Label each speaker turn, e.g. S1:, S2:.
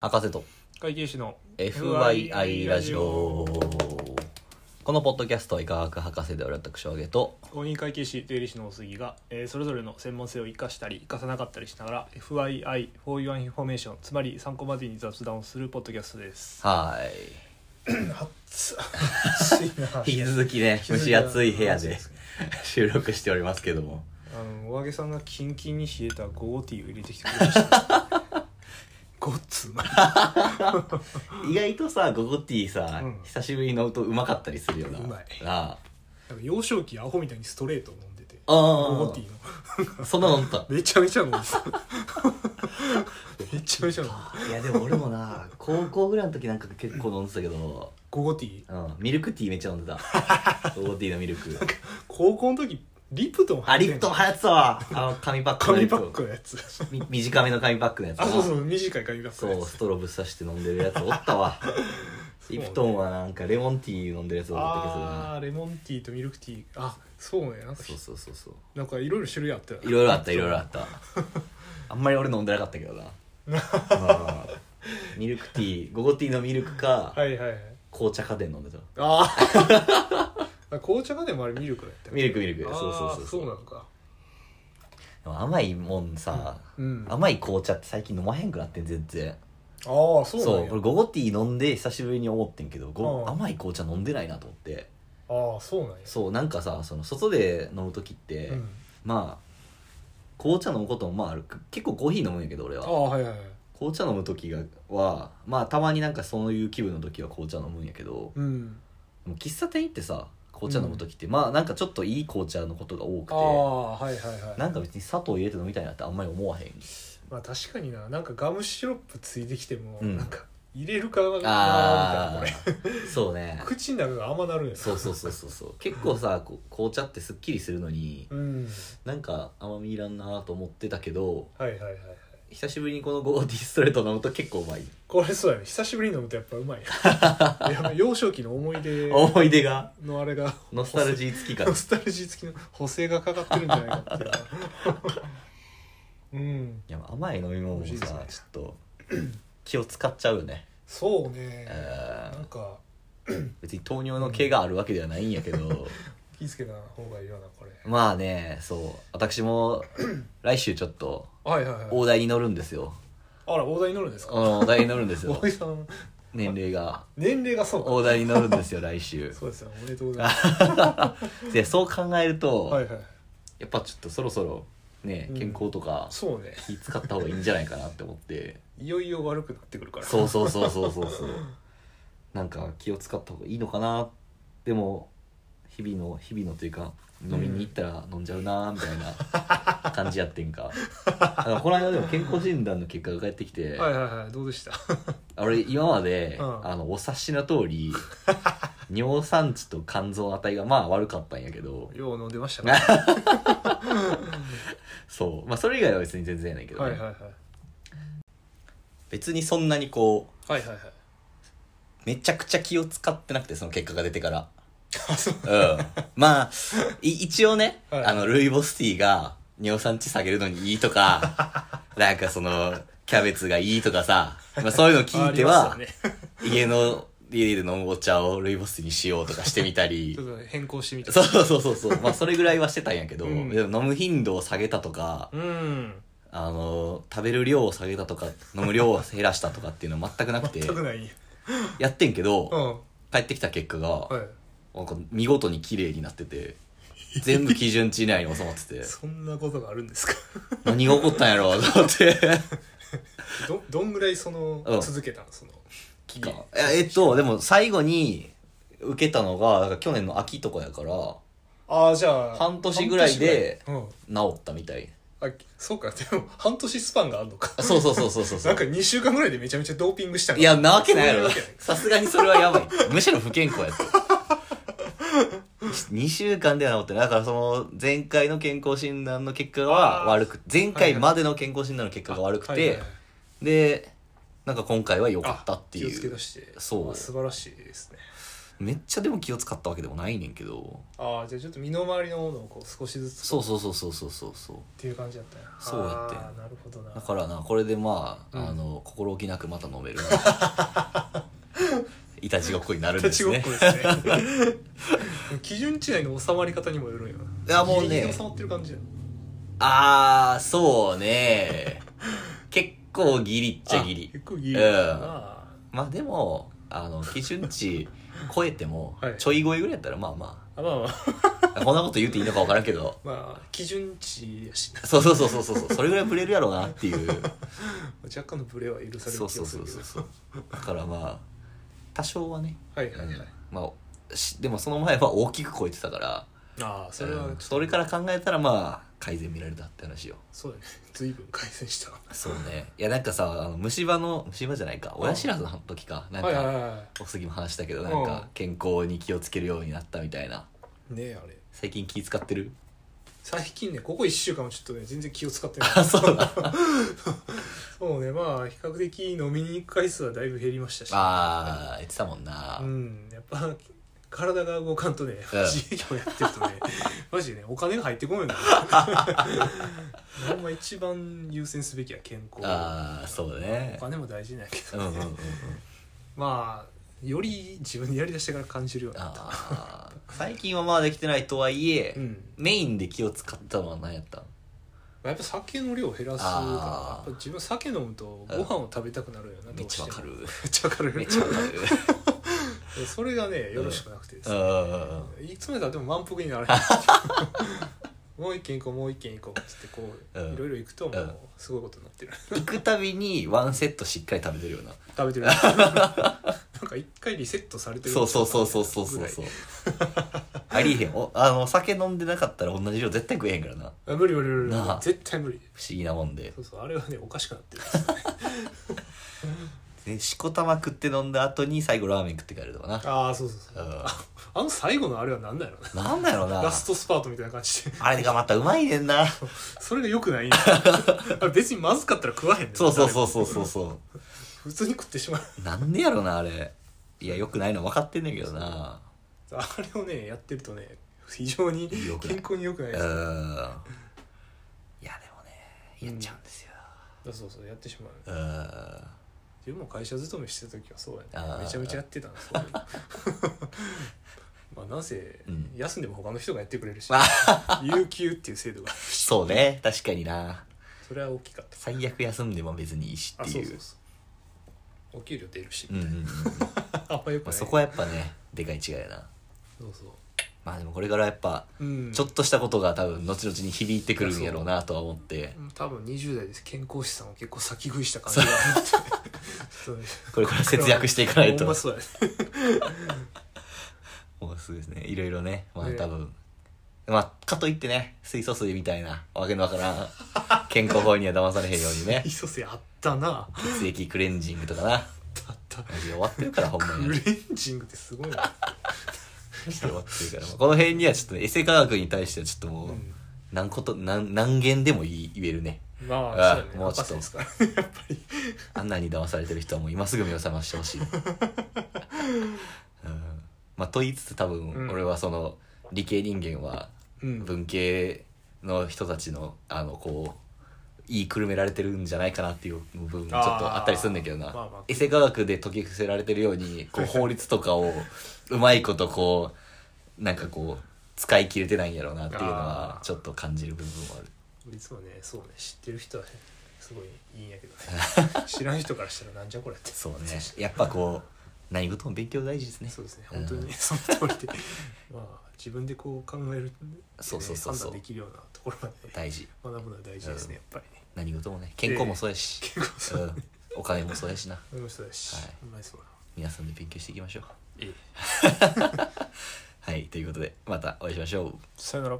S1: 博士と
S2: 会計士の
S1: FYI ラジオこのポッドキャストは医科学博士である私をあげと
S2: 公認会計士税理士の大杉が、えーそれぞれの専門性を生かしたり生かさなかったりしながら FYI for your information つまり参考までに雑談をするポッドキャスト です
S1: は
S2: 暑いな
S1: ーい引き続きね蒸し暑い部屋で 収録しておりますけども
S2: あのお揚げさんがキンキンに冷えたゴーティーを入れてきてくれました ゴッツ
S1: 意外とさゴゴティーさ、
S2: うん
S1: 久しぶりに飲むとうまかったりするよな
S2: うまい
S1: な
S2: なんか幼少期アホみたいにストレートを飲んでて
S1: あ
S2: ゴ
S1: あ
S2: ーティーの
S1: ーそんな飲んだ
S2: めちゃめちゃ飲んでためちゃめちゃ飲んで た
S1: いやでも俺もな高校ぐらいの時なんか結構飲んでたけど、
S2: ゴーティー
S1: うん、ミルクティーめっちゃ飲んで たゴゴティーのミルク
S2: 高校の時リプトン
S1: あ
S2: 入って
S1: リ
S2: ん
S1: プ
S2: の
S1: トン流行ってたわあの紙パックの
S2: 紙
S1: リ
S2: パ
S1: プト
S2: ッ
S1: ン
S2: クのやつ
S1: み短めの紙パックのやつな
S2: あそうそう短い紙パックの
S1: そ
S2: や
S1: う
S2: つ
S1: ストローぶっ刺して飲んでるやつおった わ
S2: う
S1: リ
S2: ね
S1: プトンはなんかレモンティー飲んでるやつおったけど
S2: あ
S1: な
S2: ーレモンティーとミルクティーあそうねなんか
S1: そうそうそうそう
S2: なんかいろいろ種類あったよ
S1: いろいろあったいろいろあったあんまり俺飲んでなかったけど なあーミルクティーゴゴティーのミルクか
S2: はいはいはい
S1: 紅茶かで飲んでた
S2: あ あ紅茶がでもあれミルクだったよ
S1: ミルクミルクそう
S2: あー
S1: そうそう
S2: そう
S1: で
S2: なのか
S1: も甘いもんさ、
S2: うんあ
S1: 甘い紅茶って最近飲まへんくなってん全然
S2: あー
S1: そ
S2: そううなんや
S1: 俺ゴゴティー飲んで久しぶりに思ってんけどご
S2: あー
S1: 甘い紅茶飲んでないなと思って
S2: ああそうなんや
S1: そうなんかさその外で飲む時って、
S2: うん
S1: まあ紅茶飲むこともまあある結構コーヒー飲むんやけど俺
S2: あ
S1: は
S2: あはいはいはい
S1: 紅茶飲む時がはまあたまになんかそういう気分の時は紅茶飲むんやけど
S2: うん
S1: でも喫茶店行ってさ紅茶飲む時って、まあなんかちょっといい紅茶のことが多く
S2: あ
S1: て
S2: あはいはいはい
S1: なんか別に砂糖入れて飲みたいなってあんまり思わへん
S2: まあ確かにななんかガムシロップついてきても、
S1: うん
S2: なんか入れるかなーみたいな
S1: あ
S2: これ
S1: あそうね
S2: 口の中が甘なるんやな
S1: そうそうそうそうそう結構さこう紅茶ってすっきりするのに
S2: うん
S1: なんか甘みいらんなと思ってたけど
S2: はいはいはいはい
S1: 久しぶりにこのゴゴティーストレート飲むと結構うまい
S2: これそうやね久しぶりに飲むとやっぱうまい なやっぱ幼少期の思い出
S1: 思い出が
S2: のあれが
S1: ノスタルジー付き感
S2: ノスタルジー付きの補正がかかってるんじゃないかっていううん
S1: いや甘い飲み物も
S2: 美味しいです
S1: さ、
S2: ね
S1: ちょっと 気を使っちゃうよね、
S2: そうね
S1: えー
S2: なんか
S1: 別に糖尿の毛があるわけではないんやけど
S2: 気ぃつけた方がいいよなこれ
S1: まあねそう私 も来週ちょっと
S2: はいはいはい
S1: 大台に乗るんですよ
S2: あら大台に乗るんです
S1: う
S2: か
S1: ん大台に乗るんですよ
S2: 大井さん
S1: 年齢が
S2: 年齢がそうか
S1: 大台に乗るんですよ来週
S2: そうですよおめでとうございます
S1: でそう考えると、
S2: はいはい
S1: やっぱちょっとそろそろね
S2: うん
S1: 健康とか
S2: そうね
S1: 気使った方がいいんじゃないかなって思って。
S2: いよいよ悪くなってくるから
S1: そうそうそうそうそうそうなんか気を使った方がいいのかなでも日々の日々のというか飲みに行ったら飲んじゃうなみたい な感じやってんかだからこの間でも健康診断の結果が返ってきて、
S2: はいはいはいどうでした
S1: 俺今まで、
S2: うん
S1: あのお察しの通 り尿酸値と肝臓の値がまあ悪かったんやけど
S2: よう飲んでましたね
S1: そうまあそれ以 外は別に全然やねんけど、
S2: はい
S1: ね
S2: はいはい
S1: 別にそんなにこう
S2: はいはいはい
S1: めちゃくちゃ気を使ってなくてその結果が出てから
S2: あそう
S1: うんまあ、い一応ね、
S2: はい
S1: あの、ルイボスティーが尿酸値下げるのにいいとか、 なんかその、キャベツがいいとかさ、まあそういうのを聞いて
S2: あ
S1: は、
S2: りますよね
S1: 家の、家で飲むお茶をルイボスティーにしようとかしてみたり
S2: ちょ、っと変更してみた
S1: そうそうそうそう、まあそれぐらいはしてたんやけど、
S2: うん
S1: でも飲む頻度を下げたとか、
S2: うん
S1: あの、食べる量を下げたとか、飲む量を減らしたとかっていうのは全くなくて
S2: 全、くない
S1: やってんけ
S2: う
S1: ど、
S2: ん
S1: 帰ってきた結果が、
S2: は
S1: なんか見事に綺麗になってて、全部基準値以内に収まってて
S2: い、そんなことがあるんですか
S1: 何が起こったんやろうと思って。
S2: どどんぐらいそ
S1: うん
S2: の続けたのその期限
S1: ええっと、でも最後に受けたのが、なんか去年の秋とかやから、
S2: ああじゃあ
S1: 半年ぐらいで
S2: 半年ぐらいうん
S1: 治ったみたい。
S2: あそうかでも半年スパンがあるのか
S1: あそうそうそうそうそうそ
S2: なん
S1: う。
S2: か2週間ぐらいでめちゃめちゃドーピングしたの
S1: いや、なわけないやろ
S2: そううわけない。
S1: さすがにそれはやばい。むしろ不健康やって。2週間では治ってない。だからその前回の健康診断の結果は悪く、前回までの健康診断の結果が悪く
S2: はいはい
S1: て
S2: はい、
S1: で、なんか今回は良かったって
S2: 気をつけ
S1: い
S2: 出
S1: う。
S2: して
S1: そう
S2: あ素晴らしいですね
S1: めっちゃでも気を使ったわけでもないねんけど
S2: ああじゃあちょっと身の回りのものをこう少しずつ
S1: そううそうそうそうそうそうそう
S2: っていう感じだったんや
S1: そうやってん
S2: あーなるほどな
S1: だからなこれでまあ,、
S2: うん
S1: あの心置きなくまた飲め るいたちごっこになるんで
S2: 立ち
S1: す
S2: ごっ
S1: ね
S2: こですね 基準値内の収まり方にもよるんやない
S1: いやもうね
S2: ギリギリ収まってる感じや
S1: ああそうね結構ギリっちゃギ
S2: あ
S1: リ
S2: 結構ギリ
S1: うん
S2: あ
S1: まあでもあの基準 値超えても
S2: はい
S1: ちょい超えぐらいやったらまあま
S2: ーあまあまあ
S1: あこんなこと言っていいのか分からんけど
S2: まあ基準値やしな
S1: そうそうそうそうそうそれぐらいブレるやろうなっていう
S2: 若干のブレは許される気
S1: そ
S2: が
S1: う
S2: す
S1: そ
S2: る
S1: うそうそう
S2: う
S1: そうだからまあ多少はね、
S2: はいは
S1: う
S2: い
S1: ん
S2: はい、
S1: まあしでもその前は大きく超えてたから
S2: ああそれは
S1: うんそれから考えたらまあ改善見られたって話よ
S2: そうだね随分改善した
S1: そうねいやなんかさあの虫歯の虫歯じゃないか親知らずの時かなん
S2: はいはい
S1: か
S2: は
S1: おすぎも話したけど
S2: うん
S1: なんか健康に気をつけるようになったみたいない
S2: ねえあれ
S1: 最近気使ってる
S2: 最近ねここ1週間はちょっとね全然気を 使ってない
S1: あそう だ
S2: そうねまあ比較的飲みに行く回数はだいぶ減りましたし
S1: ああ言ってたもんな、
S2: うんやっぱ体が動かんとね
S1: うん
S2: 自営業やってるとね マジでねお金が入ってこないんだほんま一番優先すべきは健康
S1: ああそうね
S2: お金も大事なんやけ
S1: うん
S2: ど
S1: う
S2: ね、
S1: んうんうん
S2: まあより自分でやりだしてから感じるようになった
S1: あー最近はまあできてないとはいえ、
S2: うん
S1: メインで気を使ったのは何やったん
S2: やっぱ酒の量を減らすから
S1: あー
S2: やっぱ自分酒飲むとご飯を食べたくなるよな
S1: め
S2: ど
S1: っ
S2: うし
S1: ち
S2: て
S1: ゃ
S2: も
S1: わかる
S2: めっちゃわかる
S1: めっちゃわかる
S2: それがねよろしくなくてです
S1: う
S2: ね、
S1: んうんうん
S2: いつまでたっても満腹にならへん もう一軒行こうもう一軒行こうっつってこう、
S1: うん
S2: いろいろ行くとも
S1: うん
S2: うすごいことになってる
S1: 行くたびにワンセットしっかり食べてるような
S2: 食べてる なんか一回リセットされてる
S1: そうそうそうそうそう
S2: ぐ
S1: そう
S2: らい
S1: そうありえへんおあの酒飲んでなかったら同じ量絶対食えへんからな
S2: あ無理無理無理無理
S1: なあ
S2: 絶対無理
S1: 不思議なもんで
S2: そうそうあれはねおかしくなってる
S1: でしこたま食って飲んだ後に最後ラーメン食って帰るとかな
S2: ああそうそうそうあの最後のあれは何だろうな
S1: うんなんだろうな
S2: ラストスパートみたいな感じで
S1: あれがまたうまいねんな
S2: それがよくないんだあれ 別にまずかったら食わへんねん
S1: そうそうそううそうそうそ
S2: 普通に食ってしまう
S1: うなんでやろなあれいやよくないの分かってんねんけどな
S2: あれをねやってるとね非常に
S1: 良くない
S2: 健康に良くな
S1: う
S2: い
S1: んい
S2: で
S1: や
S2: す
S1: で
S2: だ
S1: もねやっちゃうんですよ
S2: そうそうやってしまう
S1: うん
S2: 自分も会社勤めしてた時はそうや
S1: あー
S2: ねめちゃめちゃやってたなそういうの まあなぜ、
S1: うん
S2: 休んでも他の人がやってくれ るし
S1: あ
S2: 有給っていう制度が
S1: そうね確かにな
S2: それは大きかった
S1: 最悪休んでも別にいいし
S2: あ
S1: って
S2: そう
S1: い
S2: そううそうお給料出るし、
S1: うんうんうん
S2: あんまよ
S1: ま
S2: くな
S1: あ
S2: い
S1: そこはやっぱねでかい違いやな
S2: そうそう
S1: まあでもこれからやっぱ
S2: うん
S1: ちょっとしたことが多分後々に響いてくるんやろうなとは思って
S2: うん多分20代です健康資産を結構先食いした感じがあってそう ね
S1: これから節約していかないと
S2: ほんまそうやね
S1: もうすぐですねいろいろねまあ
S2: ね
S1: 多分まあかといってね水素水みたいなわけのわからん健康法には騙されへんようにね
S2: イソセあったな
S1: 血液クレンジングとかな
S2: あった
S1: マジで終わってるからほんまに
S2: クレンジングってすごいな、
S1: マジで終わってるからまあこの辺にはちょっとねエセ科学に対してはちょっともう
S2: うん
S1: 何こと何何件でも言い言えるね
S2: ま
S1: あ
S2: あそうやね
S1: もうちょっと
S2: 博士ですからねやっぱり
S1: あんなに騙されてる人はもう今すぐ目を覚ましてほ しい、うん、まあと言いつつ多
S2: う
S1: 分
S2: ん
S1: 俺はその理系人間は
S2: うん
S1: 文系の人たちのあのこう言いくるめられてるんじゃないかなっていう部分ちょっとあったりするんだけどな、
S2: あーまあまあ
S1: エセ科学で解き伏せられてるようにこう法律とかをうまいことこうなんかこう使い切れてないんやろうなっていうのは
S2: あー
S1: ちょっと感じる部分もある
S2: 俺いつもねそうね知ってる人はねすごいいいんやけ どね知らん人からしたらなんじゃこれって
S1: そうねやっぱこう何事も勉強大事ですね
S2: そうですね
S1: うん
S2: 本当にね その通りでまあ自分でこう考えるってね
S1: そうそうそうそう
S2: 判断できるようなところまでね
S1: 大事
S2: 学ぶのは大事ですねやっぱりね
S1: 何事もね健康もそうやし、
S2: 健康もそう
S1: うん、お金もそうやしな
S2: そういう人だし
S1: はい
S2: ほんまにそうだ
S1: 皆さんで勉強していきましょう
S2: ええ
S1: はいということでまたお会いしましょう
S2: さよなら